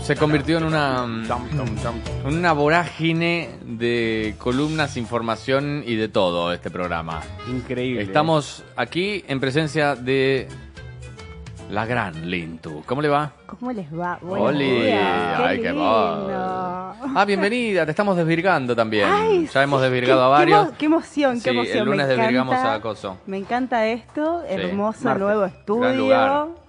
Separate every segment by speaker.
Speaker 1: Se convirtió en una, mm, en una vorágine de columnas, información y de todo este programa.
Speaker 2: Increíble.
Speaker 1: Estamos aquí en presencia de la gran Lintu. ¿Cómo le va?
Speaker 3: ¿Cómo les va? Buenos
Speaker 1: Oli,
Speaker 3: días.
Speaker 1: ay, qué
Speaker 3: lindo.
Speaker 1: voz. Ah, bienvenida, te estamos desvirgando también.
Speaker 3: Ay,
Speaker 1: ya hemos
Speaker 3: sí,
Speaker 1: desvirgado
Speaker 3: qué-
Speaker 1: a varios.
Speaker 3: Qué, emo- qué emoción, qué
Speaker 1: Sí, el
Speaker 3: emoción.
Speaker 1: lunes
Speaker 3: me
Speaker 1: desvirgamos
Speaker 3: encanta,
Speaker 1: a Coso.
Speaker 3: Me encanta esto, hermoso
Speaker 2: Marte.
Speaker 3: nuevo
Speaker 1: Gran lugar.
Speaker 3: estudio.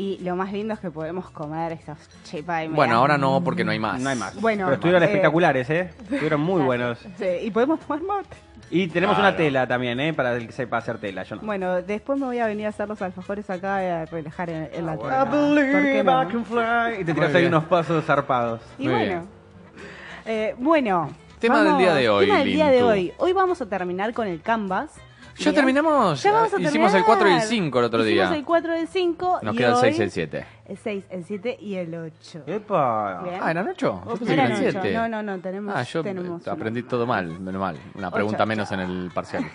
Speaker 3: Y lo más lindo es que podemos comer esas chepa y me
Speaker 1: Bueno,
Speaker 3: dan-
Speaker 1: ahora no, porque no hay más.
Speaker 2: No hay más.
Speaker 3: Bueno,
Speaker 2: Pero estuvieron
Speaker 3: eh,
Speaker 2: espectaculares, ¿eh? Estuvieron muy buenos.
Speaker 3: Sí, y podemos tomar mate.
Speaker 2: Y tenemos
Speaker 1: Claro.
Speaker 2: una tela también, ¿eh? Para el que sepa hacer tela. Yo no.
Speaker 3: Bueno, después me voy a venir a hacer los alfajores acá y a relajar en,
Speaker 1: Ah,
Speaker 3: en la
Speaker 2: I
Speaker 3: tela. ¿Por
Speaker 2: believe
Speaker 3: qué no?
Speaker 2: I can fly. Y te
Speaker 1: Muy
Speaker 2: tiras ahí
Speaker 1: bien.
Speaker 2: unos pasos zarpados.
Speaker 3: Y
Speaker 1: Muy
Speaker 3: bueno. Eh, bueno.
Speaker 1: Tema del día de hoy,
Speaker 3: Tema del día de
Speaker 1: Lintu.
Speaker 3: hoy. Hoy vamos a terminar con el Canvas.
Speaker 1: Ya
Speaker 3: Bien.
Speaker 1: terminamos.
Speaker 3: Ya vamos a
Speaker 1: Hicimos el
Speaker 3: terminar.
Speaker 1: 4 y el 5 el otro
Speaker 3: Hicimos
Speaker 1: día.
Speaker 3: el 4 y el 5.
Speaker 1: Nos
Speaker 3: y
Speaker 1: queda el
Speaker 3: hoy
Speaker 1: 6 y el 7.
Speaker 3: El 6, el 7 y el 8.
Speaker 2: ¿Eh? ¡Epa!
Speaker 3: Bien.
Speaker 1: Ah, ¿eran 8?
Speaker 3: Eran ocho. No, no, no, tenemos.
Speaker 1: Ah, yo eh,
Speaker 3: tenemos uno.
Speaker 1: aprendí todo mal, menos mal. Una
Speaker 3: Ocho,
Speaker 1: pregunta
Speaker 3: ocho.
Speaker 1: menos en el parcial.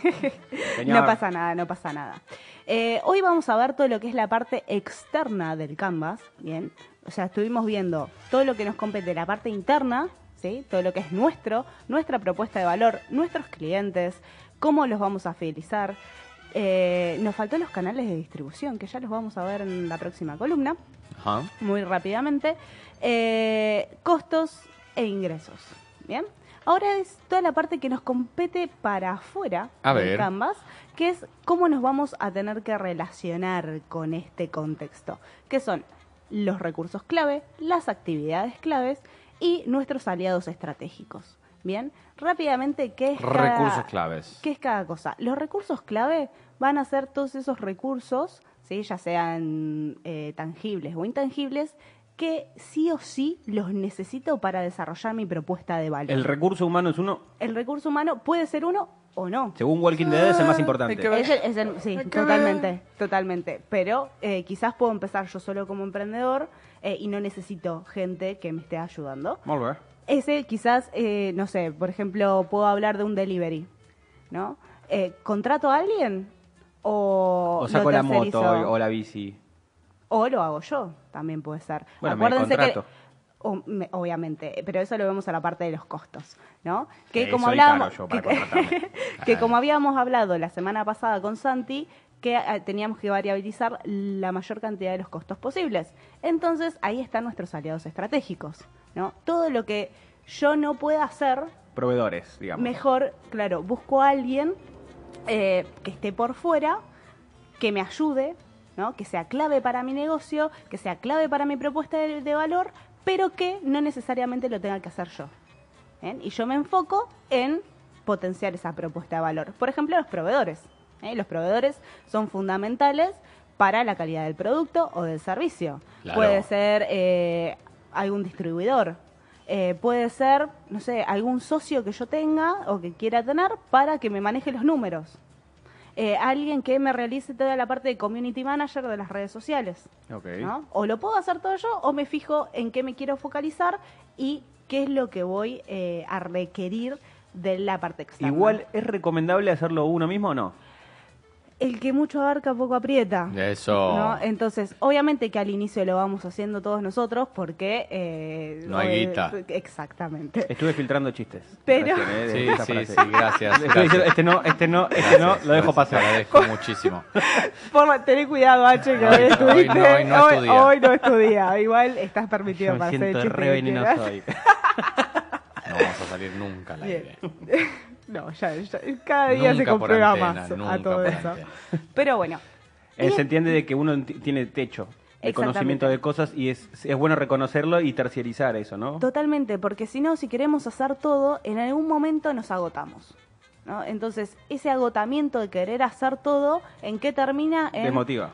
Speaker 2: Señor.
Speaker 3: No pasa nada, no pasa nada. Eh, hoy vamos a ver todo lo que es la parte externa del canvas, ¿bien? O sea, estuvimos viendo todo lo que nos compete, la parte interna, ¿sí? Todo lo que es nuestro, nuestra propuesta de valor, nuestros clientes, cómo los vamos a fidelizar. Eh, nos faltó los canales de distribución, que ya los vamos a ver en la próxima columna,
Speaker 1: Ajá.
Speaker 3: muy rápidamente. Eh, costos e ingresos, ¿bien? Ahora es toda la parte que nos compete para afuera
Speaker 1: A
Speaker 3: del
Speaker 1: ver.
Speaker 3: Canvas, que es cómo nos vamos a tener que relacionar con este contexto, que son los recursos clave, las actividades claves y nuestros aliados estratégicos. Bien, rápidamente, ¿qué es cada-
Speaker 1: Recursos claves.
Speaker 3: ¿Qué es cada cosa? Los recursos clave van a ser todos esos recursos, ¿sí? ya sean eh, tangibles o intangibles, que sí o sí los necesito para desarrollar mi propuesta de valor.
Speaker 2: El
Speaker 3: El,
Speaker 2: recurso humano es uno,
Speaker 3: recurso humano puede ser uno o no.
Speaker 2: según Walking Dead, es el más
Speaker 1: hay que
Speaker 2: importante.
Speaker 1: ver.
Speaker 3: Es el- es el- sí, totalmente, totalmente. Pero eh, quizás puedo empezar yo solo como emprendedor eh, y no necesito gente que me esté ayudando.
Speaker 2: Muy bien.
Speaker 3: Ese quizás, eh, no sé, por ejemplo, puedo hablar de un delivery, ¿no? Eh, ¿Contrato a alguien? O,
Speaker 2: O
Speaker 3: lo
Speaker 2: saco la moto
Speaker 3: tercerizo?
Speaker 2: o la bici.
Speaker 3: O lo hago yo, también puede ser.
Speaker 2: Bueno, me
Speaker 3: Acuérdense que...
Speaker 2: contrato.
Speaker 3: o me- obviamente, pero eso lo vemos a la parte de los costos, ¿no? Que
Speaker 2: Sí,
Speaker 3: como
Speaker 2: soy
Speaker 3: hablábamos,
Speaker 2: caro yo para
Speaker 3: que-
Speaker 2: contratarme.
Speaker 3: que como habíamos hablado la semana pasada con Santi, que eh, teníamos que variabilizar la mayor cantidad de los costos posibles. Entonces, ahí están nuestros aliados estratégicos, ¿no? Todo lo que yo no pueda hacer,
Speaker 2: Proveedores, digamos.
Speaker 3: mejor, claro, busco a alguien eh, que esté por fuera, que me ayude, ¿no? Que sea clave para mi negocio, que sea clave para mi propuesta de, de valor, pero que no necesariamente lo tenga que hacer yo. ¿bien? Y yo me enfoco en potenciar esa propuesta de valor. Por ejemplo, los proveedores. ¿eh? Los proveedores son fundamentales para la calidad del producto o del servicio.
Speaker 1: Claro.
Speaker 3: Puede ser eh, algún distribuidor, eh, puede ser, no sé, algún socio que yo tenga o que quiera tener para que me maneje los números. Eh, alguien que me realice toda la parte de community manager de las redes sociales.
Speaker 2: Ok.
Speaker 3: ¿no? O lo puedo hacer todo yo o me fijo en qué me quiero focalizar y qué es lo que voy eh, a requerir de la parte externa.
Speaker 2: Igual, ¿es recomendable hacerlo uno mismo o no?
Speaker 3: El que mucho abarca, poco aprieta.
Speaker 1: Eso.
Speaker 3: ¿no? Entonces, obviamente que al inicio lo vamos haciendo todos nosotros porque... eh,
Speaker 1: No hay
Speaker 3: eh,
Speaker 1: guita.
Speaker 3: Exactamente.
Speaker 2: Estuve filtrando chistes.
Speaker 3: Pero-
Speaker 2: Recién, ¿eh? De
Speaker 1: Sí,
Speaker 2: esa
Speaker 1: sí,
Speaker 2: frase.
Speaker 1: sí, gracias.
Speaker 2: Estuve diciendo,
Speaker 1: gracias.
Speaker 2: este no, este no, este
Speaker 1: Gracias,
Speaker 2: no, lo dejo
Speaker 1: gracias,
Speaker 2: pasar.
Speaker 1: Te agradezco muchísimo.
Speaker 3: Forma, tené cuidado, ah, H, que
Speaker 1: Hoy
Speaker 3: hoy
Speaker 1: no,
Speaker 3: estuviste.
Speaker 1: hoy no, hoy no estudia.
Speaker 3: hoy no estudia. Igual estás permitido
Speaker 2: Yo me
Speaker 3: para hacer el
Speaker 2: siento
Speaker 3: chiste
Speaker 2: re
Speaker 3: que
Speaker 2: venenoso
Speaker 3: quieras.
Speaker 2: hoy.
Speaker 1: No vamos a salir nunca al aire.
Speaker 3: No, ya, ya, cada día se
Speaker 1: Nunca por
Speaker 3: comprueba
Speaker 1: antena,
Speaker 3: más
Speaker 1: nunca
Speaker 3: a todo
Speaker 1: por
Speaker 3: eso.
Speaker 1: antena.
Speaker 3: Pero bueno,
Speaker 2: Eh, se entiende de que uno enti- tiene techo de
Speaker 3: Exactamente.
Speaker 2: conocimiento de cosas y es, es bueno reconocerlo y terciarizar eso, ¿no?
Speaker 3: totalmente, porque si no, si queremos hacer todo, en algún momento nos agotamos. ¿no? Entonces, ese agotamiento de querer hacer todo, ¿en qué termina? En
Speaker 2: Desmotiva.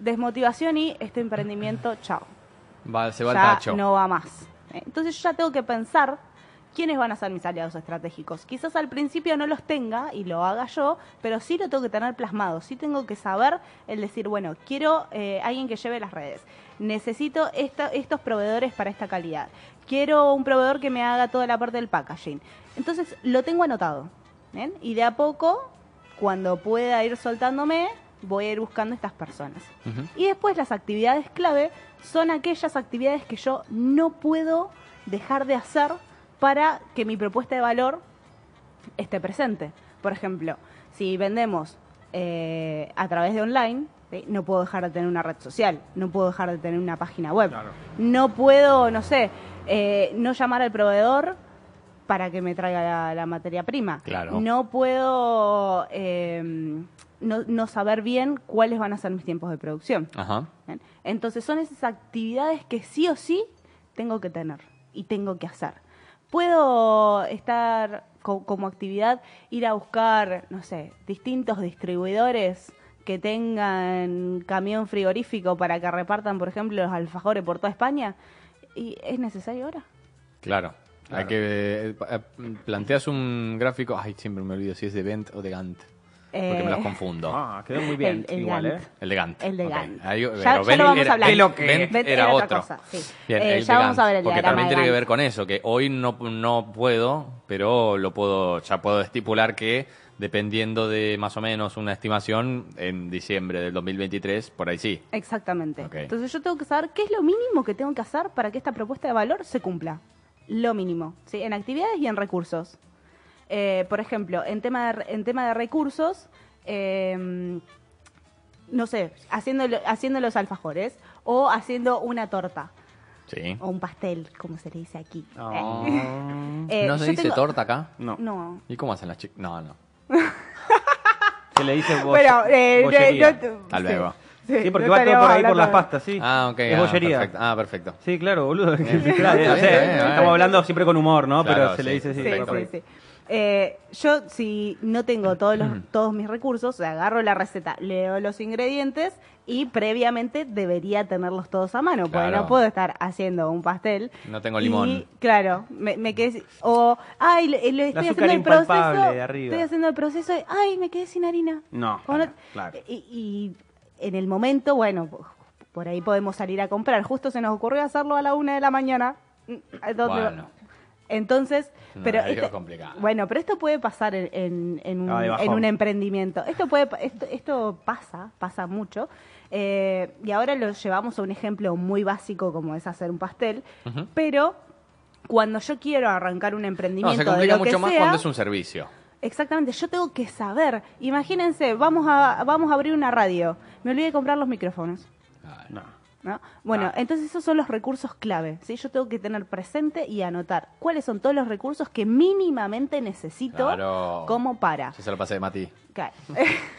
Speaker 3: desmotivación y este emprendimiento, chao.
Speaker 1: Va, se va
Speaker 3: ya
Speaker 1: al tacho.
Speaker 3: no va más. ¿eh? Entonces yo ya tengo que pensar quiénes van a ser mis aliados estratégicos. Quizás al principio no los tenga y lo haga yo, pero sí lo tengo que tener plasmado. Sí tengo que saber el decir, bueno, quiero eh, alguien que lleve las redes. Necesito esta- estos proveedores para esta calidad. Quiero un proveedor que me haga toda la parte del packaging. Entonces lo tengo anotado. ¿bien? Y de a poco, cuando pueda ir soltándome, voy a ir buscando estas personas.
Speaker 1: Ujú.
Speaker 3: Y después las actividades clave son aquellas actividades que yo no puedo dejar de hacer para que mi propuesta de valor esté presente. Por ejemplo, si vendemos eh, a través de online, ¿sí? no puedo dejar de tener una red social, no puedo dejar de tener una página web,
Speaker 2: Claro.
Speaker 3: no puedo, no sé, eh, no llamar al proveedor para que me traiga la, la materia prima.
Speaker 1: Claro.
Speaker 3: No puedo eh, no, no saber bien cuáles van a ser mis tiempos de producción.
Speaker 1: Ajá.
Speaker 3: ¿Bien? Entonces son esas actividades que sí o sí tengo que tener y tengo que hacer. Puedo estar co- como actividad, ir a buscar, no sé, distintos distribuidores que tengan camión frigorífico para que repartan, por ejemplo, los alfajores por toda España. ¿Y es necesario ahora?
Speaker 1: Claro. Hay que eh, pa- eh, planteas un gráfico. Ay, siempre me olvido si es de Bent o de Gantt. Porque me los
Speaker 3: Eh,
Speaker 1: confundo.
Speaker 2: Ah, quedó muy bien.
Speaker 3: El- el
Speaker 2: igual,
Speaker 3: Gantt.
Speaker 2: ¿eh?
Speaker 1: El de Gantt.
Speaker 3: El de
Speaker 1: ok.
Speaker 3: Gantt.
Speaker 1: Ahí-
Speaker 3: Ya-
Speaker 1: pero
Speaker 3: ya lo
Speaker 1: Bent
Speaker 3: vamos a
Speaker 1: era-
Speaker 3: hablar.
Speaker 1: Bent-
Speaker 3: Lo que-
Speaker 1: Bent
Speaker 3: Bent
Speaker 1: era
Speaker 3: era otra
Speaker 1: otro.
Speaker 3: cosa, sí.
Speaker 1: Bien,
Speaker 3: Eh,
Speaker 1: el
Speaker 3: ya
Speaker 1: de
Speaker 3: vamos a
Speaker 1: Gantt,
Speaker 3: ver el
Speaker 1: Porque
Speaker 3: diagrama
Speaker 1: también
Speaker 3: de
Speaker 1: tiene que
Speaker 3: Gantt.
Speaker 1: ver con eso, que hoy no, no puedo, pero lo puedo, ya puedo estipular que dependiendo de más o menos una estimación, en diciembre del 2023, por ahí sí.
Speaker 3: Exactamente.
Speaker 1: Ok.
Speaker 3: Entonces yo tengo que saber qué es lo mínimo que tengo que hacer para que esta propuesta de valor se cumpla. Lo mínimo, ¿sí? En actividades y en recursos. Eh, por ejemplo, en tema de, re- en tema de recursos, eh, no sé, haciendo, lo- haciendo los alfajores o haciendo una torta
Speaker 1: Sí.
Speaker 3: o un pastel, como se le dice aquí.
Speaker 2: Ah.
Speaker 3: Eh, eh,
Speaker 1: ¿No se
Speaker 3: yo
Speaker 1: dice
Speaker 3: tengo-
Speaker 1: torta acá?
Speaker 2: No.
Speaker 3: No.
Speaker 1: ¿Y cómo hacen las chicas? No, no.
Speaker 2: Se le dice bo-
Speaker 3: Bueno, eh,
Speaker 2: bollería.
Speaker 3: no- no-
Speaker 1: Hasta
Speaker 3: sí.
Speaker 1: luego.
Speaker 3: Sí,
Speaker 2: Sí, porque
Speaker 3: no
Speaker 2: va todo por ahí
Speaker 3: estaríamos
Speaker 2: por las
Speaker 3: hablando-
Speaker 2: pastas, sí.
Speaker 1: Ah, ok.
Speaker 2: Es
Speaker 1: ah,
Speaker 2: bollería.
Speaker 1: perfecto. Ah, perfecto.
Speaker 2: Sí, claro, boludo.
Speaker 1: está bien,
Speaker 2: o sea,
Speaker 1: está bien,
Speaker 2: estamos
Speaker 1: bien.
Speaker 2: hablando siempre con humor, ¿no?
Speaker 1: Claro,
Speaker 2: Pero se le
Speaker 1: sí,
Speaker 2: dice sí.
Speaker 3: Sí,
Speaker 1: Perfecto.
Speaker 3: sí, sí. Eh, yo, si no tengo todos, los, todos mis recursos, agarro la receta, leo los ingredientes y previamente debería tenerlos todos a mano, porque
Speaker 1: Claro.
Speaker 3: no puedo estar haciendo un pastel.
Speaker 1: No tengo
Speaker 3: y,
Speaker 1: limón.
Speaker 3: claro, me, me quedé. sin- O, ay, le- le- estoy
Speaker 2: azúcar
Speaker 3: haciendo el proceso.
Speaker 2: impalpable de arriba.
Speaker 3: Estoy haciendo el proceso y, ay, me quedé sin harina.
Speaker 2: No,
Speaker 3: O no-
Speaker 2: claro.
Speaker 3: Y, y en el momento, bueno, por ahí podemos salir a comprar. Justo se nos ocurrió hacerlo a la una de la mañana. mm, ¿Dónde va?
Speaker 1: Bueno.
Speaker 3: Entonces,
Speaker 1: Es un
Speaker 3: pero
Speaker 1: horario
Speaker 3: este-
Speaker 1: complicado.
Speaker 3: bueno, pero esto puede pasar en, en- en un,
Speaker 2: Ah, de bajón.
Speaker 3: en un emprendimiento. Esto puede, pa- esto, esto pasa, pasa mucho. Eh, y ahora lo llevamos a un ejemplo muy básico como es hacer un pastel,
Speaker 1: Ujú.
Speaker 3: pero cuando yo quiero arrancar un
Speaker 1: No,
Speaker 3: emprendimiento,
Speaker 1: se
Speaker 3: de
Speaker 1: complica
Speaker 3: lo que
Speaker 1: mucho más
Speaker 3: sea,
Speaker 1: cuando es un servicio.
Speaker 3: Exactamente, yo tengo que saber. Imagínense, vamos a, vamos a abrir una radio. Me olvidé de comprar los micrófonos.
Speaker 2: No.
Speaker 3: ¿no? Bueno,
Speaker 2: Ah.
Speaker 3: entonces esos son los recursos clave. ¿sí? Yo tengo que tener presente y anotar cuáles son todos los recursos que mínimamente necesito
Speaker 1: Claro.
Speaker 3: como para.
Speaker 1: Yo se lo pasé de Mati.
Speaker 3: Claro.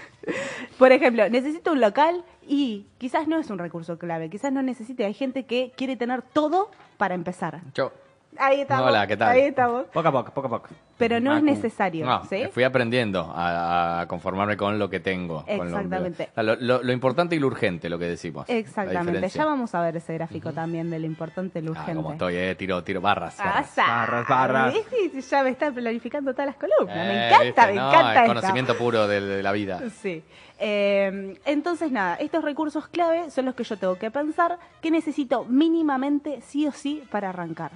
Speaker 3: Por ejemplo, necesito un local y quizás no es un recurso clave, quizás no necesite. Hay gente que quiere tener todo para empezar.
Speaker 1: Yo.
Speaker 3: Ahí estamos.
Speaker 1: Hola, ¿qué tal?
Speaker 3: Ahí estamos.
Speaker 2: Poco a poco, poco a Ah, poco.
Speaker 3: Pero no es
Speaker 2: Macu.
Speaker 3: necesario.
Speaker 1: No,
Speaker 3: ¿sí?
Speaker 1: fui aprendiendo a, a conformarme con lo que tengo. con lo-
Speaker 3: Exactamente.
Speaker 1: lo, lo- lo importante y lo urgente, lo que decimos. la
Speaker 3: Exactamente.
Speaker 1: diferencia.
Speaker 3: Ya vamos a ver ese gráfico también de lo importante y lo
Speaker 1: Ah,
Speaker 3: urgente. Ah,
Speaker 1: como estoy, eh, tiro, tiro barras. barras.
Speaker 3: Asá.
Speaker 2: Barras, barras.
Speaker 3: ¿Viste? Ya me está planificando todas las columnas. me
Speaker 1: Eh,
Speaker 3: encanta,
Speaker 1: viste,
Speaker 3: me
Speaker 1: no,
Speaker 3: encanta.
Speaker 1: El
Speaker 3: esta.
Speaker 1: conocimiento puro de, de la vida.
Speaker 3: Sí. Eh, entonces, nada, estos recursos clave son los que yo tengo que pensar que necesito mínimamente sí o sí para arrancar.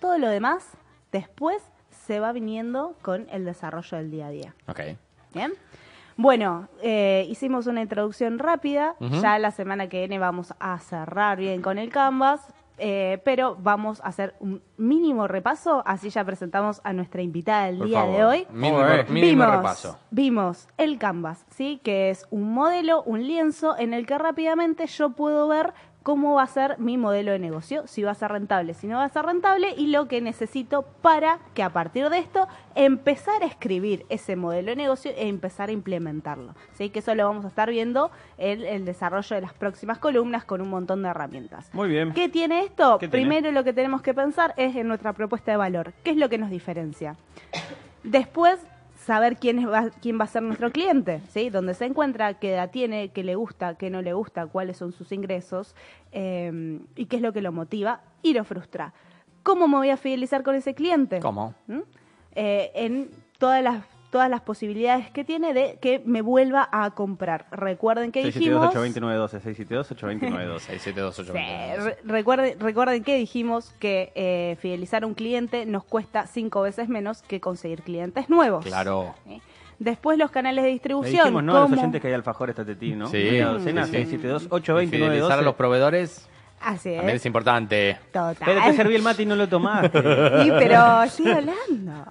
Speaker 3: Todo lo demás, después, se va viniendo con el desarrollo del día a día.
Speaker 1: Ok.
Speaker 3: Bien. Bueno, eh, hicimos una introducción rápida.
Speaker 1: Ujú.
Speaker 3: Ya la semana que viene vamos a cerrar bien con el Canvas, eh, pero vamos a hacer un mínimo repaso. Así ya presentamos a nuestra invitada del
Speaker 1: Por
Speaker 3: día
Speaker 1: favor.
Speaker 3: de hoy.
Speaker 1: Mínimo,
Speaker 2: Joder.
Speaker 1: mínimo
Speaker 3: vimos,
Speaker 1: repaso.
Speaker 3: vimos el Canvas, ¿sí? que es un modelo, un lienzo en el que rápidamente yo puedo ver cómo va a ser mi modelo de negocio, si va a ser rentable, si no va a ser rentable y lo que necesito para que a partir de esto empezar a escribir ese modelo de negocio e empezar a implementarlo. ¿sí? Que eso lo vamos a estar viendo en el desarrollo de las próximas columnas con un montón de herramientas.
Speaker 2: Muy bien.
Speaker 3: ¿Qué tiene esto?
Speaker 2: ¿Qué tiene?
Speaker 3: Primero lo que tenemos que pensar es en nuestra propuesta de valor. ¿Qué es lo que nos diferencia? Después, saber quién, es, va, quién va a ser nuestro cliente, ¿sí? Dónde se encuentra, qué edad tiene, qué le gusta, qué no le gusta, cuáles son sus ingresos eh, y qué es lo que lo motiva y lo frustra. ¿Cómo me voy a fidelizar con ese cliente?
Speaker 1: ¿Cómo?
Speaker 3: ¿Mm? Eh, en todas las todas las posibilidades que tiene de que me vuelva a comprar. Recuerden que dijimos...
Speaker 2: 672-829-12. 672-829-12.
Speaker 1: 672
Speaker 3: Sí, re- recuerden, recuerden que dijimos que eh, fidelizar a un cliente nos cuesta cinco veces menos que conseguir clientes nuevos.
Speaker 1: Claro.
Speaker 3: ¿Sí? Después los canales de
Speaker 2: Le
Speaker 3: distribución.
Speaker 2: dijimos, ¿no? A los
Speaker 3: como-
Speaker 2: oyentes que hay este alfajor estatetí, ¿no?
Speaker 1: Sí,
Speaker 2: Media
Speaker 1: sí,
Speaker 2: docena,
Speaker 1: sí.
Speaker 2: 672,
Speaker 1: Y
Speaker 2: 820,
Speaker 1: Fidelizar a los
Speaker 2: 912.
Speaker 1: proveedores
Speaker 3: Así es.
Speaker 1: también es importante.
Speaker 3: Total.
Speaker 2: Pero te serví el mate y no lo tomaste.
Speaker 3: Sí, pero estoy hablando.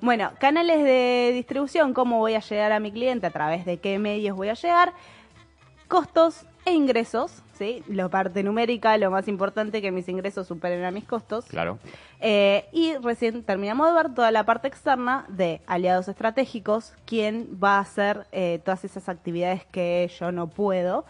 Speaker 3: Bueno, canales de distribución, cómo voy a llegar a mi cliente, a través de qué medios voy a llegar, costos e ingresos, ¿sí? La parte numérica, lo más importante, que mis ingresos superen a mis costos.
Speaker 1: Claro.
Speaker 3: Eh, y recién terminamos de ver toda la parte externa de aliados estratégicos, quién va a hacer eh, todas esas actividades que yo no puedo,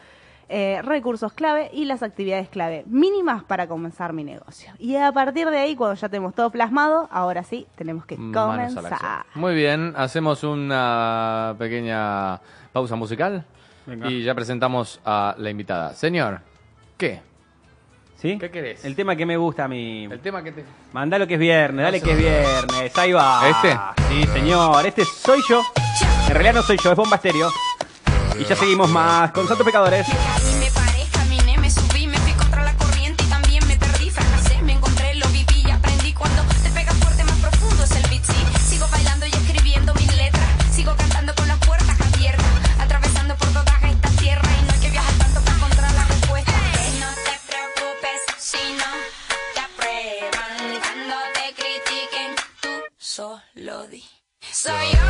Speaker 3: eh, recursos clave y las actividades clave mínimas para comenzar mi negocio. Y a partir de ahí, cuando ya tenemos todo plasmado, ahora sí, tenemos que
Speaker 1: Manos a la
Speaker 3: comenzar.
Speaker 1: acción. Muy bien, hacemos una pequeña pausa musical
Speaker 2: Venga.
Speaker 1: y ya presentamos a la invitada. Señor, ¿qué?
Speaker 2: ¿Sí?
Speaker 1: ¿Qué querés?
Speaker 2: El tema que me gusta a mí.
Speaker 1: El tema que te...
Speaker 2: Mandá lo que es viernes, dale que es viernes. Ahí va.
Speaker 1: ¿Este?
Speaker 2: Sí, señor. Este soy yo. En realidad no soy yo, es Bomba Estéreo. Y ya seguimos más con Santos Pecadores.
Speaker 4: Me caí, me paré, caminé, me subí, me fui contra la corriente y también me perdí, fracasé, me encontré, lo viví y aprendí cuando te pegas fuerte más profundo es el beat, sí. Sigo bailando y escribiendo mis letras, sigo cantando con las puertas abiertas, atravesando por toda esta tierra y no hay que viajar tanto para encontrar la respuesta. No te preocupes si no te aprueban, cuando te critiquen, tú solo di. Soy yo.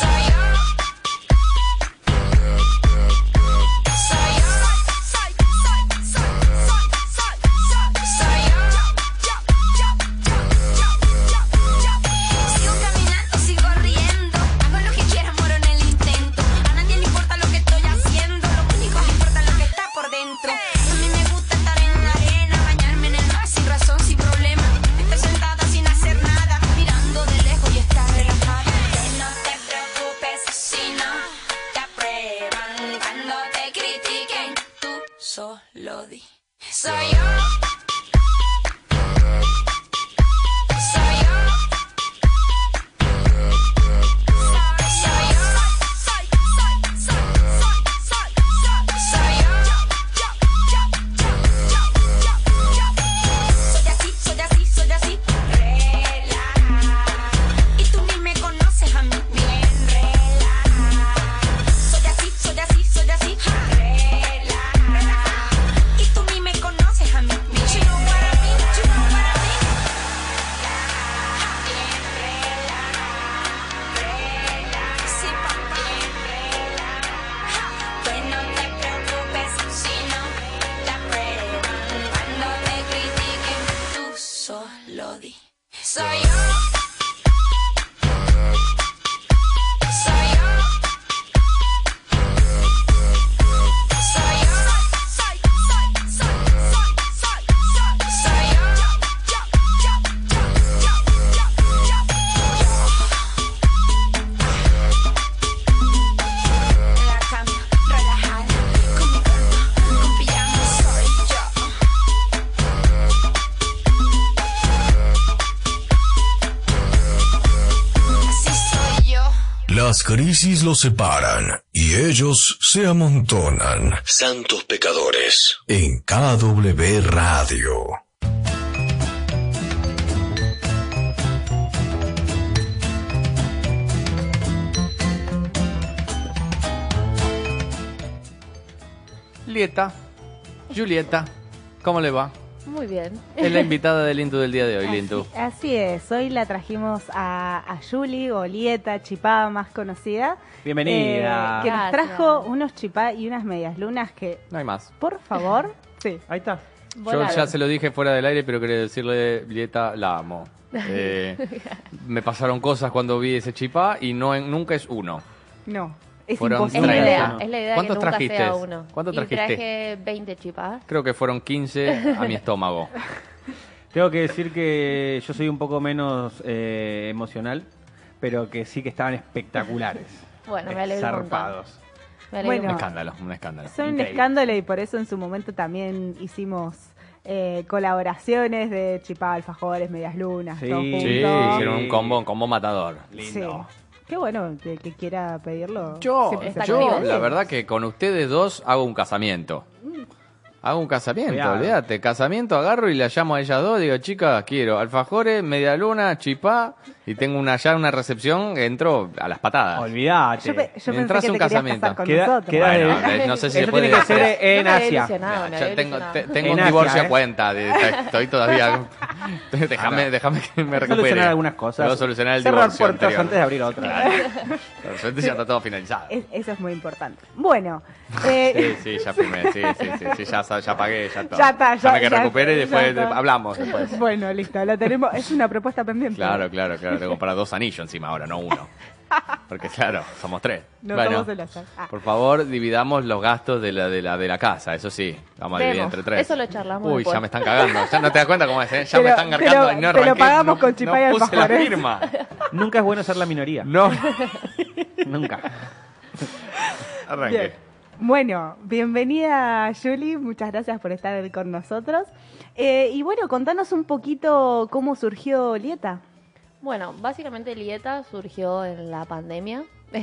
Speaker 4: Soy yo. Soy yo, soy, soy, soy, soy, soy, soy, soy yo. Yo, yo, yo, yo, yo, yo. Sigo caminando, sigo riendo. Hago lo que quiera, muero en el intento. A nadie le importa lo que estoy haciendo. Lo único que importa es lo que está por dentro. A mí me gusta estar en la arena, bañarme en el mar sin razón, sin problema. Estoy sentada sin hacer nada, mirando de lejos y estar relajada. No te preocupes si no te aprueban cuando te critiquen. Tú solo di. Soy yo. Soy yo. Soy yo. Soy, soy, soy, soy, soy, soy, soy yo. Yo, yo, yo, yo, yo, yo, yo. Soy así, soy así, soy así. Relaja. Y tú ni me conoces a mí bien, relaja. Soy así, soy así, soy así, relaja. Y tú ni me conoces a mí bien. You know what I mean, you know what I mean. Sí, papá. Que no te preocupes si no te aprueban. Cuando te critiquen, tú solo di. Soy yo. Soy yo. Soy yo. Soy, soy, soy, soy, soy, soy, soy yo. Yo, yo, yo, yo, yo, yo, yo, yo. En la cama, relajada, con mi cuerpo, con pijama, soy yo. Así soy yo.
Speaker 5: Las crisis los separan y ellos se amontonan
Speaker 6: Santos pecadores.
Speaker 5: en KW Radio.
Speaker 1: Lieta, Julieta, ¿cómo le va?
Speaker 7: Muy bien.
Speaker 1: Es la invitada del Intu del día de hoy, Lintu.
Speaker 3: Así, así es, hoy la trajimos a, a Julie, o Lieta, chipá más conocida.
Speaker 2: Bienvenida.
Speaker 3: eh, que nos
Speaker 7: Gracias.
Speaker 3: trajo unos chipá y unas medias lunas que,
Speaker 1: No hay más.
Speaker 3: por favor, sí.
Speaker 2: Ahí está.
Speaker 1: Yo
Speaker 7: Volaron.
Speaker 1: ya se lo dije fuera del aire, pero quería decirle, Lieta, la amo. Eh, me pasaron cosas cuando vi ese chipá y no en- nunca es uno.
Speaker 3: No, es
Speaker 1: Fueron
Speaker 7: Es la
Speaker 1: Trae
Speaker 3: imposible.
Speaker 7: idea,
Speaker 1: uno.
Speaker 7: es la idea que
Speaker 1: ¿Cuántos
Speaker 7: nunca
Speaker 1: trajiste?
Speaker 7: sea uno.
Speaker 1: ¿Cuántos
Speaker 7: y
Speaker 1: trajiste?
Speaker 7: traje 20 chipas.
Speaker 1: Creo que fueron 15 a mi estómago.
Speaker 2: Tengo que decir que yo soy un poco menos eh, emocional, pero que sí que estaban espectaculares.
Speaker 7: Bueno, me alegro un montón.
Speaker 2: Zarpados.
Speaker 7: Me alegro
Speaker 3: Bueno.
Speaker 1: Un
Speaker 7: mucho.
Speaker 1: escándalo, un escándalo.
Speaker 3: Son un
Speaker 2: Increíble.
Speaker 3: escándalo y por eso en su momento también hicimos eh, colaboraciones de chipá, alfajores, medias lunas,
Speaker 2: Sí.
Speaker 3: todo
Speaker 1: Sí,
Speaker 2: Lindo.
Speaker 1: hicieron un combo, un combo matador.
Speaker 2: Lindo.
Speaker 3: Sí. Qué bueno, el que quiera pedirlo.
Speaker 1: Yo,
Speaker 3: siempre se
Speaker 7: Está
Speaker 1: yo
Speaker 7: activo.
Speaker 3: puede.
Speaker 1: la verdad que con ustedes dos hago un casamiento. Hago un casamiento,
Speaker 2: Cuidado.
Speaker 1: olvídate. Casamiento, agarro y la llamo a ellas dos. Digo, chicas, quiero alfajores, media luna, chipá. Y tengo una ya una recepción, entro a las patadas.
Speaker 2: Olvídate.
Speaker 3: Yo, pe- yo pensé que
Speaker 1: Entras
Speaker 3: te
Speaker 1: un
Speaker 3: querías
Speaker 1: casamiento.
Speaker 3: casar con
Speaker 2: Queda-
Speaker 3: nosotros.
Speaker 2: queda-
Speaker 1: Bueno,
Speaker 2: Dale.
Speaker 1: eh, no sé si
Speaker 2: Eso
Speaker 1: se puede
Speaker 2: tiene que
Speaker 1: decir.
Speaker 2: ser en
Speaker 7: me había
Speaker 2: Asia.
Speaker 7: ilusionado, me
Speaker 1: Nah,
Speaker 7: había
Speaker 1: ya tengo,
Speaker 7: ilusionado.
Speaker 1: te- tengo
Speaker 2: En
Speaker 1: un
Speaker 2: Asia,
Speaker 1: divorcio
Speaker 2: ¿eh?
Speaker 1: a cuenta. de- te- estoy todavía. déjame, déjame que me recupere.
Speaker 2: Solucionar algunas cosas.
Speaker 1: Debo solucionar el
Speaker 2: Cerrar
Speaker 1: divorcio.
Speaker 2: puertas
Speaker 1: anterior.
Speaker 2: antes de abrir otras.
Speaker 1: De repente ya está todo finalizado.
Speaker 3: Es- eso es muy importante. Bueno, eh,
Speaker 1: Sí, sí, ya firmé, sí, sí, sí, sí, ya, sa- ya pagué, ya está.
Speaker 3: Ya está, ya-
Speaker 1: Dame que
Speaker 3: ya-
Speaker 1: recupere y
Speaker 3: ya
Speaker 1: después
Speaker 3: está.
Speaker 1: hablamos después.
Speaker 3: Bueno, listo, la tenemos. Es una propuesta pendiente.
Speaker 1: Claro, claro, claro, tengo para dos anillos encima ahora, no uno. Porque claro, somos tres.
Speaker 3: No somos el azar. Ah.
Speaker 1: por favor, dividamos los gastos de la, de la, de la casa, eso sí, vamos a dividir
Speaker 7: Vemos,
Speaker 1: entre tres.
Speaker 7: eso lo charlamos
Speaker 1: Uy,
Speaker 7: después.
Speaker 1: ya me están cagando, ya no te das cuenta cómo es, ¿eh? ya me
Speaker 3: Pero-
Speaker 1: están cargando
Speaker 3: pero-
Speaker 1: y no
Speaker 3: pero
Speaker 1: arranqué,
Speaker 3: pagamos
Speaker 1: no-
Speaker 3: con chipá y
Speaker 1: no puse la
Speaker 3: alfajores.
Speaker 1: firma.
Speaker 2: Nunca es bueno ser la minoría.
Speaker 1: No,
Speaker 2: Nunca.
Speaker 1: arranqué.
Speaker 3: Bien. Bueno, bienvenida Julie, muchas gracias por estar con nosotros. Eh, y bueno, contanos un poquito cómo surgió Lieta.
Speaker 7: Bueno, básicamente Lieta surgió en la pandemia,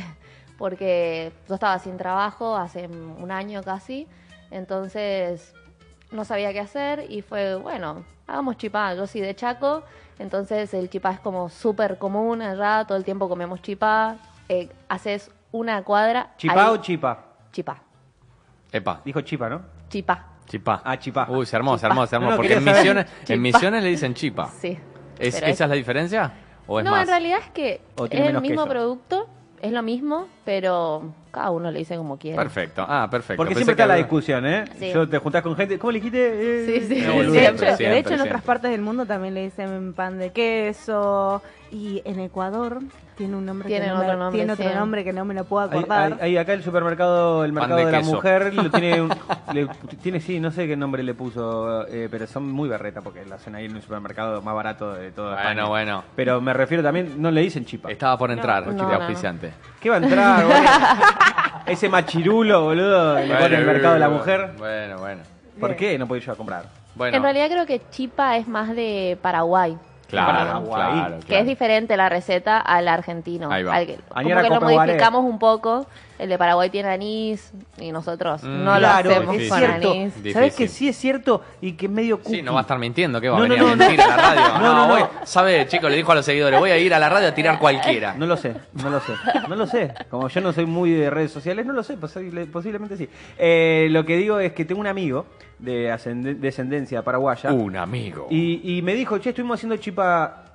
Speaker 7: porque yo estaba sin trabajo hace un año casi, entonces no sabía qué hacer y fue, bueno, hagamos chipá, yo soy de Chaco, entonces el chipá es como súper común allá, todo el tiempo comemos chipá, eh, haces una cuadra...
Speaker 2: ¿Chipá
Speaker 7: ahí-
Speaker 2: o chipa?
Speaker 7: chipá?
Speaker 1: Epa,
Speaker 2: Dijo chipa, ¿no?
Speaker 7: Chipá,
Speaker 1: chipá.
Speaker 2: Ah, chipá.
Speaker 1: Uy, se armó, se
Speaker 7: Chipá.
Speaker 1: armó, se armó,
Speaker 2: No, no,
Speaker 1: porque
Speaker 2: quería
Speaker 1: en
Speaker 2: saber.
Speaker 1: misiones, en
Speaker 7: Chipá.
Speaker 1: misiones le dicen chipa.
Speaker 7: sí.
Speaker 1: ¿Es,
Speaker 7: Pero
Speaker 1: ¿Esa es la diferencia? ¿O es
Speaker 7: no,
Speaker 1: más?
Speaker 7: en realidad es que
Speaker 2: O tiene
Speaker 7: es el
Speaker 2: menos
Speaker 7: mismo
Speaker 2: queso.
Speaker 7: producto, es lo mismo, pero cada uno le dice como quiere.
Speaker 1: Perfecto. Ah, perfecto.
Speaker 2: Porque
Speaker 1: Pensé
Speaker 2: siempre
Speaker 1: que
Speaker 2: está la
Speaker 1: había-
Speaker 2: discusión, ¿eh?
Speaker 7: Sí.
Speaker 2: Yo te juntás con gente. ¿Cómo le dijiste? Eh,
Speaker 7: Sí, sí.
Speaker 2: una boludez.
Speaker 1: Sí,
Speaker 3: de,
Speaker 1: siempre,
Speaker 3: hecho, de
Speaker 1: siempre,
Speaker 3: hecho, en
Speaker 1: siempre.
Speaker 3: otras partes del mundo también le dicen pan de queso y en Ecuador tiene un nombre que
Speaker 7: Tienen
Speaker 3: no me-
Speaker 7: otro nombre,
Speaker 3: tiene otro
Speaker 7: sí.
Speaker 3: nombre que no me lo puedo
Speaker 2: Ahí,
Speaker 3: acordar.
Speaker 2: ahí- ahí acá el supermercado, el
Speaker 1: Pan
Speaker 2: mercado
Speaker 1: de
Speaker 2: de, la
Speaker 1: queso.
Speaker 2: mujer, lo tiene, un- le- tiene, sí, no sé qué nombre le puso, eh, pero son muy berreta porque lo hacen ahí en un supermercado más barato de toda España.
Speaker 1: Bueno, bueno.
Speaker 2: Pero me refiero también, no le dicen chipa.
Speaker 1: Estaba por entrar
Speaker 7: No,
Speaker 1: el
Speaker 7: no, no.
Speaker 1: auspiciante.
Speaker 2: ¿Qué va a entrar, boludo? Ese machirulo, boludo, que le pone el mercado de la mujer.
Speaker 1: Bueno, bueno.
Speaker 2: ¿Por qué no puedo ir yo a comprar?
Speaker 1: Bueno,
Speaker 7: En realidad creo que chipa es más de Paraguay.
Speaker 1: claro,
Speaker 2: Paraguay,
Speaker 1: claro,
Speaker 2: que
Speaker 1: claro.
Speaker 7: Que es diferente la receta al argentino.
Speaker 1: Ahí va.
Speaker 7: Al que- como
Speaker 2: Añara
Speaker 7: que lo
Speaker 2: Copa Guaré.
Speaker 7: modificamos un poco. El de Paraguay tiene anís y nosotros
Speaker 1: Mm.
Speaker 7: no
Speaker 2: claro,
Speaker 7: lo hacemos
Speaker 2: es
Speaker 7: con
Speaker 2: cierto.
Speaker 7: anís.
Speaker 1: Difícil.
Speaker 2: ¿Sabés que sí es cierto? Y que es medio cookie.
Speaker 1: Sí, no va a estar mintiendo, que va a
Speaker 2: No,
Speaker 1: venir
Speaker 2: no,
Speaker 1: a
Speaker 2: no,
Speaker 1: mentir a la radio.
Speaker 2: No, no,
Speaker 1: voy-
Speaker 2: no.
Speaker 1: sabe, chico, le dijo a los seguidores, voy a ir a la radio a tirar cualquiera.
Speaker 2: No lo sé, no lo sé, no lo sé. Como yo no soy muy de redes sociales, no lo sé, posible- posiblemente sí. Eh, lo que digo es que tengo un amigo de ascende- descendencia paraguaya
Speaker 1: Un amigo.
Speaker 2: y, y me dijo, che, estuvimos haciendo chipa...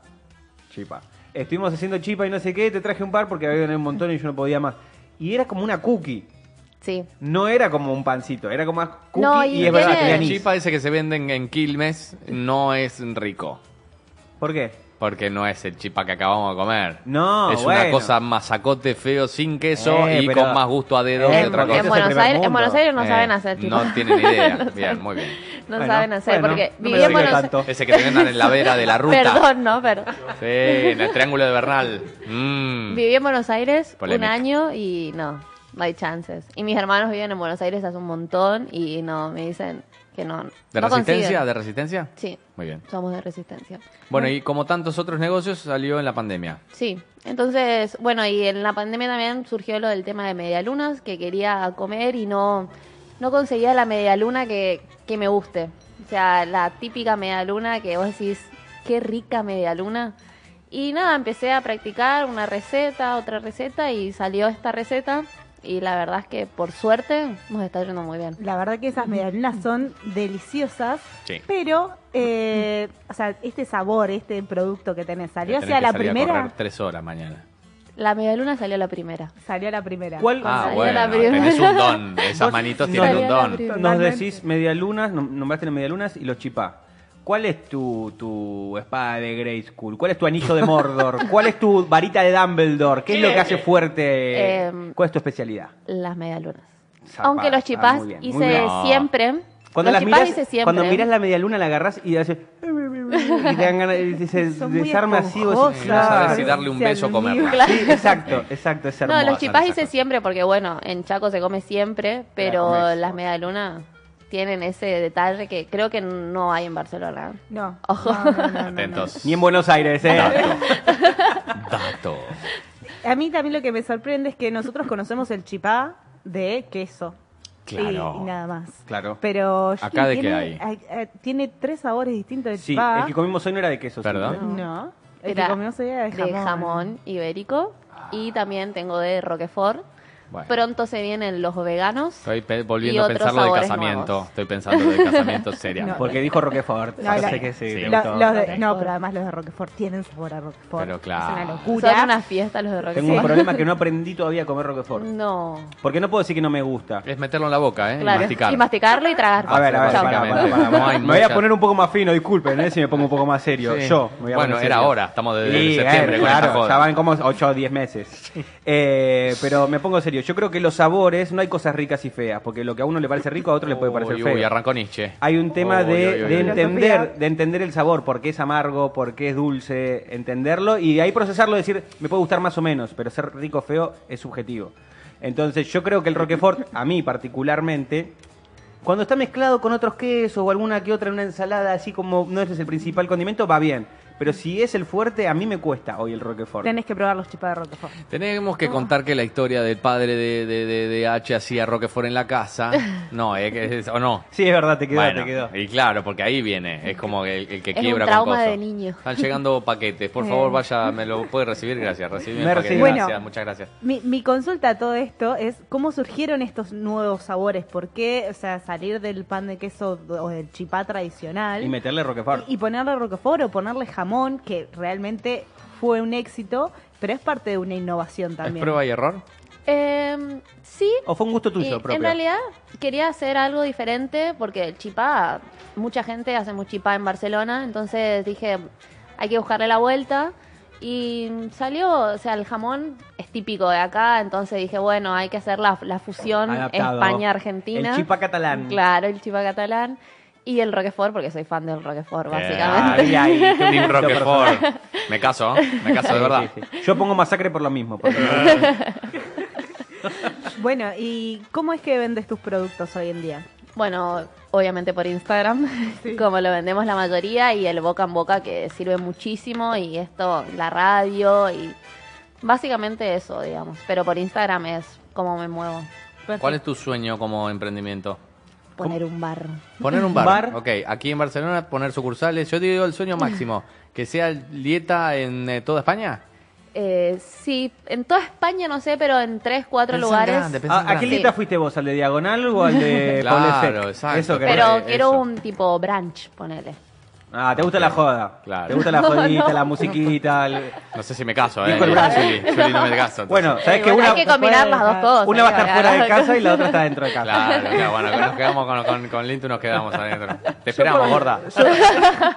Speaker 2: Chipa. Estuvimos haciendo chipa y no sé qué, te traje un par porque había un montón y yo no podía más. Y era como una cookie,
Speaker 7: Sí.
Speaker 2: no era como un pancito, era como más cookie
Speaker 7: No, y
Speaker 2: y, es verdad que
Speaker 7: tiene-
Speaker 2: tiene
Speaker 1: El
Speaker 2: anís.
Speaker 1: chipa ese que se venden en Quilmes no es rico.
Speaker 2: ¿Por qué?
Speaker 1: Porque no es el chipa que acabamos de comer.
Speaker 2: No,
Speaker 1: Es una
Speaker 2: bueno.
Speaker 1: cosa masacote feo sin queso
Speaker 2: Eh,
Speaker 1: y
Speaker 2: pero-
Speaker 1: con más gusto a dedo que
Speaker 2: Eh,
Speaker 7: En,
Speaker 1: otra
Speaker 2: porque ese
Speaker 1: cosa.
Speaker 7: en
Speaker 2: es el
Speaker 7: Buenos
Speaker 2: primer
Speaker 7: Aires, en
Speaker 2: mundo.
Speaker 7: Buenos Aires no
Speaker 1: Eh,
Speaker 7: saben hacer chipa.
Speaker 1: No tienen idea. Bien, muy bien.
Speaker 7: No
Speaker 2: Bueno,
Speaker 7: saben hacer
Speaker 2: bueno,
Speaker 7: porque
Speaker 2: no me
Speaker 7: viví en
Speaker 2: lo digas
Speaker 7: Buenos Aires.
Speaker 2: tanto.
Speaker 1: Ese que te vendan en la vera de la ruta.
Speaker 7: Perdón, no, pero
Speaker 1: Sí, en el Triángulo de Bernal. Mm.
Speaker 7: viví en Buenos Aires
Speaker 1: Polémica.
Speaker 7: un año y no, no hay chances. Y mis hermanos viven en Buenos Aires hace un montón y no, me dicen que no.
Speaker 1: ¿De
Speaker 7: no
Speaker 1: resistencia?
Speaker 7: consiguen.
Speaker 1: ¿De resistencia?
Speaker 7: Sí.
Speaker 1: Muy bien.
Speaker 7: Somos de resistencia.
Speaker 1: Bueno, y como tantos otros negocios, salió en la pandemia.
Speaker 7: Sí, entonces, bueno, y en la pandemia también surgió lo del tema de medialunas, que quería comer y no, no conseguía la medialuna que, que me guste. O sea, la típica medialuna que vos decís, qué rica medialuna. Y nada, empecé a practicar una receta, otra receta y salió esta receta. Y la verdad es que por suerte nos está yendo muy bien.
Speaker 3: La verdad que esas medialunas son deliciosas,
Speaker 1: Sí.
Speaker 3: pero, eh, o sea, este sabor, este producto que tenés, ¿salió
Speaker 1: Tenés
Speaker 3: hacia
Speaker 1: que
Speaker 3: la
Speaker 1: salir a
Speaker 3: primera?
Speaker 1: correr tres horas mañana.
Speaker 7: La medialuna salió la primera.
Speaker 3: Salió a la primera.
Speaker 2: ¿Cuál?
Speaker 1: Ah,
Speaker 7: Salió
Speaker 1: bueno,
Speaker 7: la primera.
Speaker 1: tenés un don. Esas
Speaker 2: Vos-
Speaker 1: manitos
Speaker 2: no,
Speaker 1: tienen
Speaker 7: no.
Speaker 1: un
Speaker 7: Salió
Speaker 1: don.
Speaker 7: la
Speaker 2: Nos
Speaker 3: Totalmente.
Speaker 2: decís medialunas, nom- nombraste las medialunas y los chipá. ¿Cuál es tu, tu espada de Grey School? ¿Cuál es tu anillo de Mordor? ¿Cuál es tu varita de Dumbledore? ¿Qué es lo que hace fuerte?
Speaker 7: Eh, Em,
Speaker 2: ¿Cuál es tu especialidad?
Speaker 7: las medialunas.
Speaker 2: Zarpada,
Speaker 7: Aunque los
Speaker 2: está
Speaker 7: chipás
Speaker 2: muy bien, muy
Speaker 7: hice
Speaker 2: bien.
Speaker 1: No.
Speaker 7: siempre.
Speaker 2: Cuando,
Speaker 7: los
Speaker 2: las
Speaker 7: chipás
Speaker 2: miras,
Speaker 7: hice siempre.
Speaker 2: cuando miras la medialuna la agarras y haces... Y te dan ganas- y se
Speaker 3: Son muy
Speaker 2: desarma así. vos decís,
Speaker 3: esponjosas.
Speaker 1: No sabes si darle un
Speaker 3: Se
Speaker 1: beso o comerla.
Speaker 3: amigan.
Speaker 2: Sí, exacto, exacto, es hermoso.
Speaker 7: No, los chipás hice
Speaker 1: exacto.
Speaker 7: siempre porque, bueno, en Chaco se come siempre,
Speaker 2: La
Speaker 7: pero
Speaker 2: comés.
Speaker 7: las medialunas tienen ese detalle que creo que no hay en Barcelona.
Speaker 3: No.
Speaker 7: Ojo.
Speaker 3: no, no, no, no.
Speaker 1: Atentos.
Speaker 2: Ni en Buenos Aires, ¿eh?
Speaker 1: Dato.
Speaker 3: A mí también lo que me sorprende es que nosotros conocemos el chipá de queso.
Speaker 1: Claro.
Speaker 3: y, y nada más.
Speaker 2: Claro.
Speaker 3: Pero
Speaker 1: ¿Acá
Speaker 3: Gil
Speaker 1: de qué
Speaker 3: tiene,
Speaker 1: hay?
Speaker 3: a- a- tiene tres sabores distintos de
Speaker 2: Sí,
Speaker 3: chipá.
Speaker 2: el que comimos hoy no era de queso.
Speaker 1: Perdón.
Speaker 2: siempre.
Speaker 3: No, el
Speaker 7: Era
Speaker 3: que comimos hoy era de jamón.
Speaker 7: jamón ibérico
Speaker 2: Ah.
Speaker 7: y también tengo de Roquefort.
Speaker 1: Bueno.
Speaker 7: Pronto se vienen los veganos.
Speaker 1: Estoy pe-
Speaker 7: Y
Speaker 1: volviendo a
Speaker 7: otros
Speaker 1: pensarlo de
Speaker 7: sabores
Speaker 1: casamiento.
Speaker 7: nuevos.
Speaker 1: Estoy pensando de casamiento seria.
Speaker 3: No.
Speaker 2: Porque dijo Roquefort.
Speaker 3: No,
Speaker 2: parece
Speaker 3: la-
Speaker 2: que sí,
Speaker 1: Sí.
Speaker 2: le
Speaker 1: La-
Speaker 2: gustó.
Speaker 3: Los de- no,
Speaker 7: Roquefort.
Speaker 3: pero además los de Roquefort tienen sabor a Roquefort.
Speaker 1: Pero claro.
Speaker 3: Es una
Speaker 7: Son
Speaker 3: locura.
Speaker 7: una fiesta los de Roquefort.
Speaker 2: Tengo un problema que no aprendí todavía a comer Roquefort.
Speaker 7: Mm. No.
Speaker 2: Porque no puedo decir que no me gusta.
Speaker 1: Es meterlo en la boca, ¿eh?
Speaker 7: Claro.
Speaker 1: Y masticar.
Speaker 7: Y masticarlo y tragar.
Speaker 2: A ver, a ver,
Speaker 7: Chao.
Speaker 2: pará, pará,
Speaker 1: básicamente.
Speaker 2: pará, pará.
Speaker 1: No hay
Speaker 2: Me voy a
Speaker 1: mucha-
Speaker 2: poner un poco más fino, disculpen, ¿eh? si me pongo un poco más serio.
Speaker 1: Sí.
Speaker 2: Yo me voy a
Speaker 1: Bueno,
Speaker 2: poner
Speaker 1: era
Speaker 2: serio.
Speaker 1: ahora, estamos desde
Speaker 2: Sí,
Speaker 1: septiembre
Speaker 2: eh,
Speaker 1: con esta
Speaker 2: claro,
Speaker 1: joda.
Speaker 2: ya van como 8 o 10 meses. Eh, pero me pongo serio, yo creo que los sabores, no hay cosas ricas y feas, porque lo que a uno le parece rico a otro le puede parecer
Speaker 1: uy,
Speaker 2: feo.
Speaker 1: Uy, arrancó Nietzsche.
Speaker 2: Hay un tema de,
Speaker 1: Uy, uy, uy,
Speaker 2: de
Speaker 1: uy.
Speaker 2: entender, de entender el sabor, por qué es amargo, por qué es dulce, entenderlo y de ahí procesarlo, decir, me puede gustar más o menos, pero ser rico o feo es subjetivo. Entonces yo creo que el Roquefort, a mí particularmente, cuando está mezclado con otros quesos o alguna que otra en una ensalada, así como no ese es el principal condimento, va bien. Pero si es el fuerte, a mí me cuesta hoy el Roquefort.
Speaker 3: Tenés que probar los chipas de Roquefort.
Speaker 1: Tenemos que contar que la historia del padre de, de, de, de H hacía Roquefort en la casa. No, eh, que es- o no.
Speaker 2: Sí, es verdad, te quedó,
Speaker 1: Bueno,
Speaker 2: te quedó.
Speaker 1: Y claro, porque ahí viene, es como el, el que
Speaker 7: Es un
Speaker 1: quiebra
Speaker 7: trauma
Speaker 1: con cosas.
Speaker 7: de niño.
Speaker 1: Están llegando paquetes, por favor, vaya, me lo puede recibir, gracias. Recibe el
Speaker 2: Merci.
Speaker 1: paquete,
Speaker 3: Bueno.
Speaker 1: gracias, muchas gracias.
Speaker 3: Mi, mi consulta a todo esto es cómo surgieron estos nuevos sabores, por qué, o sea, salir del pan de queso o del chipá tradicional
Speaker 2: Y meterle Roquefort.
Speaker 3: y ponerle roquefort o ponerle jamón, que realmente fue un éxito, pero es parte de una innovación
Speaker 1: ¿Es
Speaker 3: también.
Speaker 1: prueba y error?
Speaker 7: Eh, sí,
Speaker 2: ¿O fue un gusto tuyo
Speaker 7: Y,
Speaker 2: propio?
Speaker 7: En realidad quería hacer algo diferente porque el chipá, mucha gente hace mucho chipá en Barcelona, entonces dije, hay que buscarle la vuelta. Y salió, o sea, el jamón es típico de acá, entonces dije, bueno, hay que hacer la, la fusión
Speaker 2: Adaptado.
Speaker 7: España-Argentina.
Speaker 2: El chipá catalán.
Speaker 7: Claro, el chipá catalán. Y el Roquefort, porque soy fan del Roquefort,
Speaker 1: Ah,
Speaker 7: básicamente.
Speaker 2: Había ahí, qué
Speaker 1: Team
Speaker 2: bonito personaje.
Speaker 1: Roquefort. Me caso, ¿eh? me caso de verdad.
Speaker 2: Sí, sí. Yo pongo masacre por lo mismo. por lo menos.
Speaker 3: Bueno, ¿y cómo es que vendes tus productos hoy en día?
Speaker 7: Bueno, obviamente por Instagram, como lo vendemos la mayoría, y el boca en boca que sirve muchísimo, y esto, la radio, y básicamente eso, digamos. Pero por Instagram es como me muevo.
Speaker 1: ¿Cuál es tu sueño como emprendimiento?
Speaker 7: Poner un bar.
Speaker 1: Poner un bar.
Speaker 2: Bar.
Speaker 1: Ok, aquí en Barcelona poner sucursales. Yo digo el sueño máximo, que sea dieta en eh, toda España.
Speaker 7: Eh, sí, en toda España no sé, pero en tres, cuatro
Speaker 1: Piensa en
Speaker 7: lugares.
Speaker 1: grande, piensa
Speaker 2: Ah, ¿A, qué
Speaker 7: Sí.
Speaker 2: lista fuiste vos? ¿Al de Diagonal o al de
Speaker 1: Claro,
Speaker 2: Poblesec?
Speaker 1: exacto.
Speaker 2: Eso que
Speaker 7: pero
Speaker 1: Eso.
Speaker 7: quiero un tipo branch, ponele.
Speaker 2: Ah, te gusta la joda.
Speaker 1: Claro.
Speaker 2: Te gusta la jodita, la musiquita. el-
Speaker 1: No sé si me caso, ¿eh?
Speaker 2: Dijo el brazo.
Speaker 1: Juli, Juli no me caso. entonces.
Speaker 2: Bueno, sabes que
Speaker 7: Eh, bueno,
Speaker 2: una,
Speaker 7: hay que combinar las dos cosas.
Speaker 2: una va a estar
Speaker 7: ¿eh?
Speaker 2: fuera de casa y la otra está dentro de casa.
Speaker 1: Claro, claro, bueno, nos quedamos con, con, con Lintu, nos quedamos adentro. Te esperamos, gorda.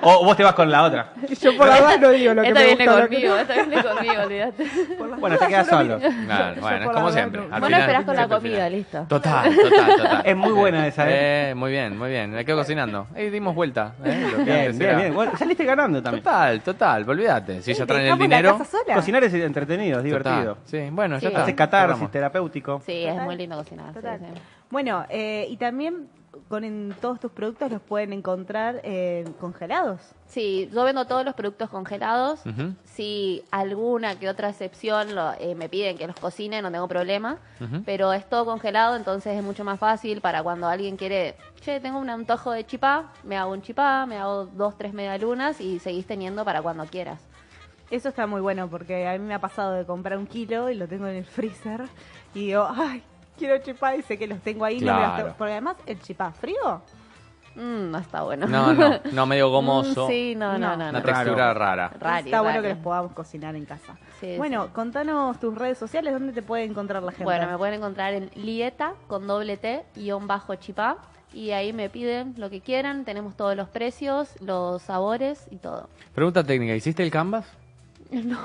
Speaker 2: O vos te vas con la otra.
Speaker 8: Yo por la verdad no digo lo que
Speaker 7: Esta
Speaker 8: me
Speaker 7: viene
Speaker 8: gusta. lo que
Speaker 7: conmigo, esta viene conmigo, olvídate.
Speaker 2: Bueno, te quedas solo.
Speaker 1: Claro, bueno, como siempre. Al
Speaker 7: Vos lo
Speaker 1: final-
Speaker 7: esperás con la
Speaker 1: siempre al final.
Speaker 7: comida, listo.
Speaker 1: Total, total, total.
Speaker 2: Es muy buena esa, ¿eh?
Speaker 1: Eh, muy bien, muy bien. La quedo cocinando. Y dimos vuelta. ¿eh? Lo que
Speaker 2: Bien,
Speaker 1: antes
Speaker 2: bien,
Speaker 1: era.
Speaker 2: bien. Bueno, saliste ganando también.
Speaker 1: Total, total, olvídate. Si ya traen el
Speaker 3: ¿Dejamos la
Speaker 1: dinero.
Speaker 3: casa sola?
Speaker 2: Cocinar es entretenido, es divertido.
Speaker 1: total. Sí, bueno,
Speaker 7: Sí.
Speaker 1: ya está.
Speaker 2: Haces catarsis,
Speaker 1: Cerramos.
Speaker 2: terapéutico.
Speaker 7: Sí, es muy lindo cocinar. sí,
Speaker 3: Total.
Speaker 7: sí.
Speaker 3: Bueno, eh, y también con en todos tus productos los pueden encontrar eh, congelados.
Speaker 7: Sí, yo vendo todos los productos congelados.
Speaker 1: Ujú.
Speaker 7: Si alguna que otra excepción lo- eh, me piden que los cocine, no tengo problema.
Speaker 1: Ujú.
Speaker 7: Pero es todo congelado, entonces es mucho más fácil para cuando alguien quiere, che, tengo un antojo de chipá, me hago un chipá, me hago dos, tres medialunas y seguís teniendo para cuando quieras.
Speaker 3: Eso está muy bueno porque a mí me ha pasado de comprar un kilo y lo tengo en el freezer y digo, ay, quiero chipá y sé que los tengo ahí. no me los
Speaker 1: Claro.
Speaker 3: tengo- porque además el chipá frío
Speaker 7: Mm, no está bueno.
Speaker 1: No, no, no, medio gomoso.
Speaker 7: Mm, Sí, no, no, no.
Speaker 1: Una
Speaker 7: no.
Speaker 2: Raro.
Speaker 1: textura rara.
Speaker 7: Raro,
Speaker 3: está bueno
Speaker 7: raro.
Speaker 3: que los podamos cocinar en casa.
Speaker 7: Sí,
Speaker 3: bueno, contanos tus redes sociales, ¿dónde te puede encontrar la gente?
Speaker 7: Bueno, me pueden encontrar en Lieta con doble T guión bajo chipá. Y ahí me piden lo que quieran. Tenemos todos los precios, los sabores y todo.
Speaker 1: Pregunta técnica, ¿hiciste el canvas?
Speaker 3: ya lo,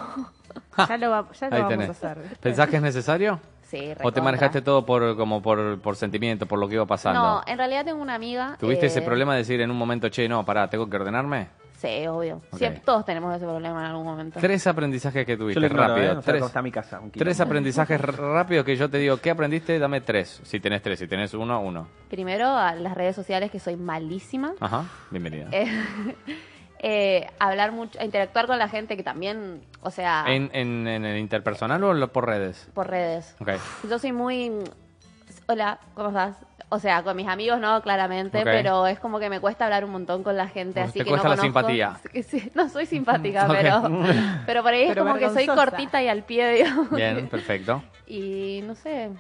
Speaker 3: va- ya lo
Speaker 1: Ahí
Speaker 3: vamos
Speaker 1: tenés.
Speaker 3: a hacer.
Speaker 1: ¿Pensás que es necesario?
Speaker 7: Sí,
Speaker 1: ¿O te
Speaker 7: recontra.
Speaker 1: manejaste todo por como por, por sentimiento, por lo que iba pasando?
Speaker 7: No, en realidad tengo una amiga.
Speaker 1: ¿Tuviste
Speaker 7: eh,
Speaker 1: ese problema de decir en un momento, che, no, pará, tengo que ordenarme?
Speaker 7: Sí, obvio.
Speaker 1: Ok.
Speaker 7: Siempre- todos tenemos ese problema en algún momento.
Speaker 1: Tres aprendizajes que
Speaker 2: Yo
Speaker 1: tuviste,
Speaker 2: lo ignoro,
Speaker 1: rápido.
Speaker 2: ¿eh? No sé
Speaker 1: tres,
Speaker 2: cómo está mi casa. un kilo.
Speaker 1: tres aprendizajes r- rápidos que yo te digo, ¿qué aprendiste? Dame tres. Si tenés tres, si tenés uno, uno.
Speaker 7: Primero, a las redes sociales, que soy malísima.
Speaker 1: Ajá, bienvenida.
Speaker 7: Eh, eh, hablar mucho, interactuar con la gente que también, o sea,
Speaker 1: ¿En, en, en el interpersonal o en lo- por redes?
Speaker 7: por redes.
Speaker 1: Ok.
Speaker 7: Yo soy muy. mm, Hola, ¿cómo estás? O sea, con mis amigos no, claramente,
Speaker 1: Ok.
Speaker 7: pero es como que me cuesta hablar un montón con la gente,
Speaker 1: Pues
Speaker 7: así
Speaker 1: te
Speaker 7: que
Speaker 1: cuesta
Speaker 7: no
Speaker 1: la
Speaker 7: conozco.
Speaker 1: simpatía.
Speaker 7: Sí, sí, no soy simpática,
Speaker 1: Ok.
Speaker 7: pero, pero por ahí es
Speaker 3: Pero
Speaker 7: como que soy
Speaker 3: vergonzosa.
Speaker 7: cortita y al pie, digamos.
Speaker 1: Bien, perfecto.
Speaker 7: Y no sé.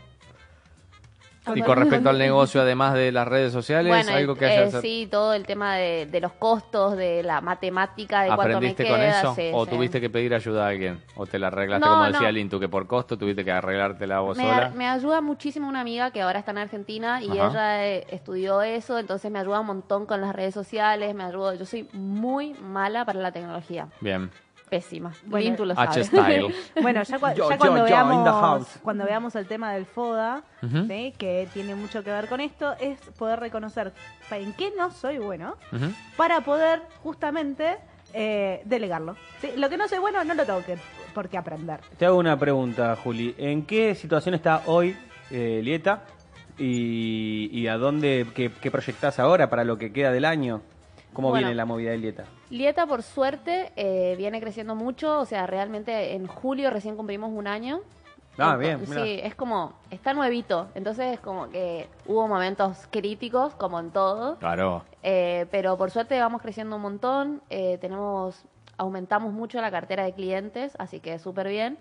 Speaker 1: Y con respecto al negocio, además de las redes sociales,
Speaker 7: Bueno,
Speaker 1: algo que
Speaker 7: eh,
Speaker 1: hayas
Speaker 7: sí, todo el tema de, de los costos, de la matemática, de cuánto me
Speaker 1: aprendiste
Speaker 7: queda.
Speaker 1: con eso,
Speaker 7: sí,
Speaker 1: o
Speaker 7: sí.
Speaker 1: tuviste que pedir ayuda a alguien, o te la arreglaste
Speaker 7: No,
Speaker 1: como
Speaker 7: no.
Speaker 1: decía Lintu, que por costo tuviste que arreglártela vos
Speaker 7: me,
Speaker 1: sola.
Speaker 7: a- me ayuda muchísimo una amiga que ahora está en Argentina y
Speaker 1: Ajá.
Speaker 7: ella eh, estudió eso, entonces me ayuda un montón con las redes sociales, me ayuda. Yo soy muy mala para la tecnología,
Speaker 1: Bien.
Speaker 7: pésima.
Speaker 3: Bueno,
Speaker 7: Lintu lo sabe.
Speaker 1: H Style.
Speaker 3: Bueno, ya, cua-
Speaker 2: Yo,
Speaker 3: ya
Speaker 2: yo,
Speaker 3: cuando,
Speaker 2: yo, in the house.
Speaker 3: veamos, cuando veamos el tema del FODA,
Speaker 1: Ujú.
Speaker 3: ¿sí? que tiene mucho que ver con esto, es poder reconocer pa- en qué no soy bueno
Speaker 1: Ujú.
Speaker 3: para poder justamente eh, delegarlo. ¿sí? Lo que no soy bueno no lo tengo que, por qué aprender.
Speaker 2: Te hago una pregunta, Juli. ¿En qué situación está hoy eh, Lieta? ¿Y, y a dónde, qué, qué proyectás ahora para lo que queda del año? ¿Cómo
Speaker 7: Bueno.
Speaker 2: viene la movida de Lieta?
Speaker 7: Lieta, por suerte, eh, viene creciendo mucho. O sea, realmente en julio recién cumplimos un año.
Speaker 2: Ah,
Speaker 7: Ento-
Speaker 2: bien, mirá.
Speaker 7: Sí, es como, está nuevito. Entonces, es como que hubo momentos críticos, como en todo.
Speaker 1: Claro.
Speaker 7: Eh, pero por suerte vamos creciendo un montón. eh, tenemos, aumentamos mucho la cartera de clientes, así que súper bien.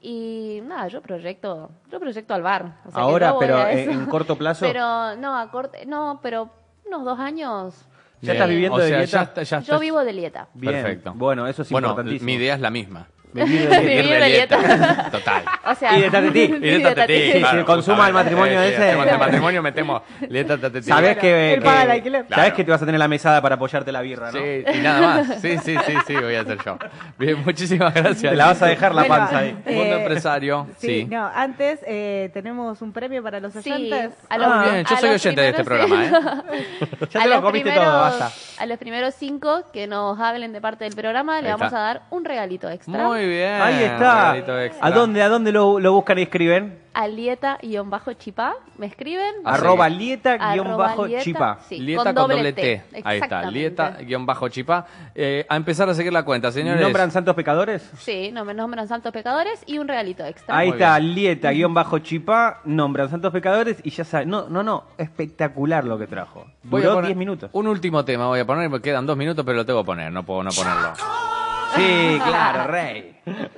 Speaker 7: Y nada, yo proyecto, yo proyecto al bar. o sea que
Speaker 2: Ahora,
Speaker 7: yo voy
Speaker 2: pero
Speaker 7: a
Speaker 2: en-
Speaker 7: eso.
Speaker 2: en corto plazo.
Speaker 7: Pero no, a corte, no, pero unos dos años.
Speaker 2: ¿Ya
Speaker 1: Bien.
Speaker 2: estás viviendo
Speaker 1: O
Speaker 2: de
Speaker 1: sea,
Speaker 2: dieta?
Speaker 1: ya está- ya
Speaker 7: Yo
Speaker 1: estás-
Speaker 7: vivo de Lieta.
Speaker 2: Bien.
Speaker 1: Perfecto.
Speaker 2: Bueno, eso es
Speaker 1: bueno,
Speaker 2: importantísimo.
Speaker 1: mi idea es la misma.
Speaker 2: Vivir de-
Speaker 7: Vivir de dieta.
Speaker 1: Total.
Speaker 7: O sea,
Speaker 2: Y de tatetí. Y de
Speaker 7: y de
Speaker 1: tatetí,
Speaker 7: tatetí.
Speaker 2: Sí,
Speaker 1: claro,
Speaker 2: sí, consuma el matrimonio
Speaker 1: Sí, sí,
Speaker 2: ese.
Speaker 1: hacemos El matrimonio metemos dieta tatetí.
Speaker 2: Sabes que,
Speaker 3: él
Speaker 2: que-
Speaker 3: paga el alquiler.
Speaker 2: sabés
Speaker 1: Claro.
Speaker 2: que te vas a tener la mesada para apoyarte la birra, ¿no?
Speaker 1: Sí, y nada más. Sí, sí, sí, sí, voy a hacer yo. Bien, muchísimas gracias.
Speaker 2: Te la vas a dejar la
Speaker 3: Bueno,
Speaker 2: panza ahí.
Speaker 3: eh,
Speaker 1: Mundo empresario.
Speaker 3: Sí,
Speaker 1: Sí.
Speaker 3: no, antes eh, tenemos un premio para los
Speaker 7: Sí,
Speaker 3: oyentes.
Speaker 7: a los-
Speaker 1: Ah, bien, yo
Speaker 7: a
Speaker 1: soy
Speaker 7: los
Speaker 1: oyente de este
Speaker 7: primeros-
Speaker 1: programa, ¿eh?
Speaker 2: Ya
Speaker 7: A
Speaker 2: te lo
Speaker 7: los
Speaker 2: comiste
Speaker 7: primeros-
Speaker 2: todo, basta.
Speaker 7: A los primeros cinco que nos hablen de parte del programa, le
Speaker 1: Ahí
Speaker 7: vamos
Speaker 1: está.
Speaker 7: a dar un regalito extra.
Speaker 1: Muy bien.
Speaker 2: Ahí está.
Speaker 1: regalito Ah, extra.
Speaker 2: ¿A dónde, a dónde lo, lo buscan y escriben?
Speaker 7: Alieta-chipá, me escriben.
Speaker 1: Ah, sí.
Speaker 2: Arroba lieta-chipa.
Speaker 7: Arroba Lieta, sí,
Speaker 1: Lieta con, doble T. Ahí está,
Speaker 7: exactamente.
Speaker 1: Lieta-chipa. Eh, a empezar a seguir la cuenta, señores.
Speaker 2: ¿Nombran santos pecadores?
Speaker 7: Sí, no me nombran santos pecadores y un regalito extra.
Speaker 2: Ahí
Speaker 1: Muy
Speaker 2: está, lieta-chipa, nombran santos pecadores y ya saben. No, no, no, espectacular lo que trajo.
Speaker 1: Voy a
Speaker 2: Duró
Speaker 1: poner
Speaker 2: 10 minutos.
Speaker 1: Un último tema voy a poner, porque quedan dos minutos, pero lo tengo que poner, no puedo no ponerlo.
Speaker 2: Sí, claro, rey.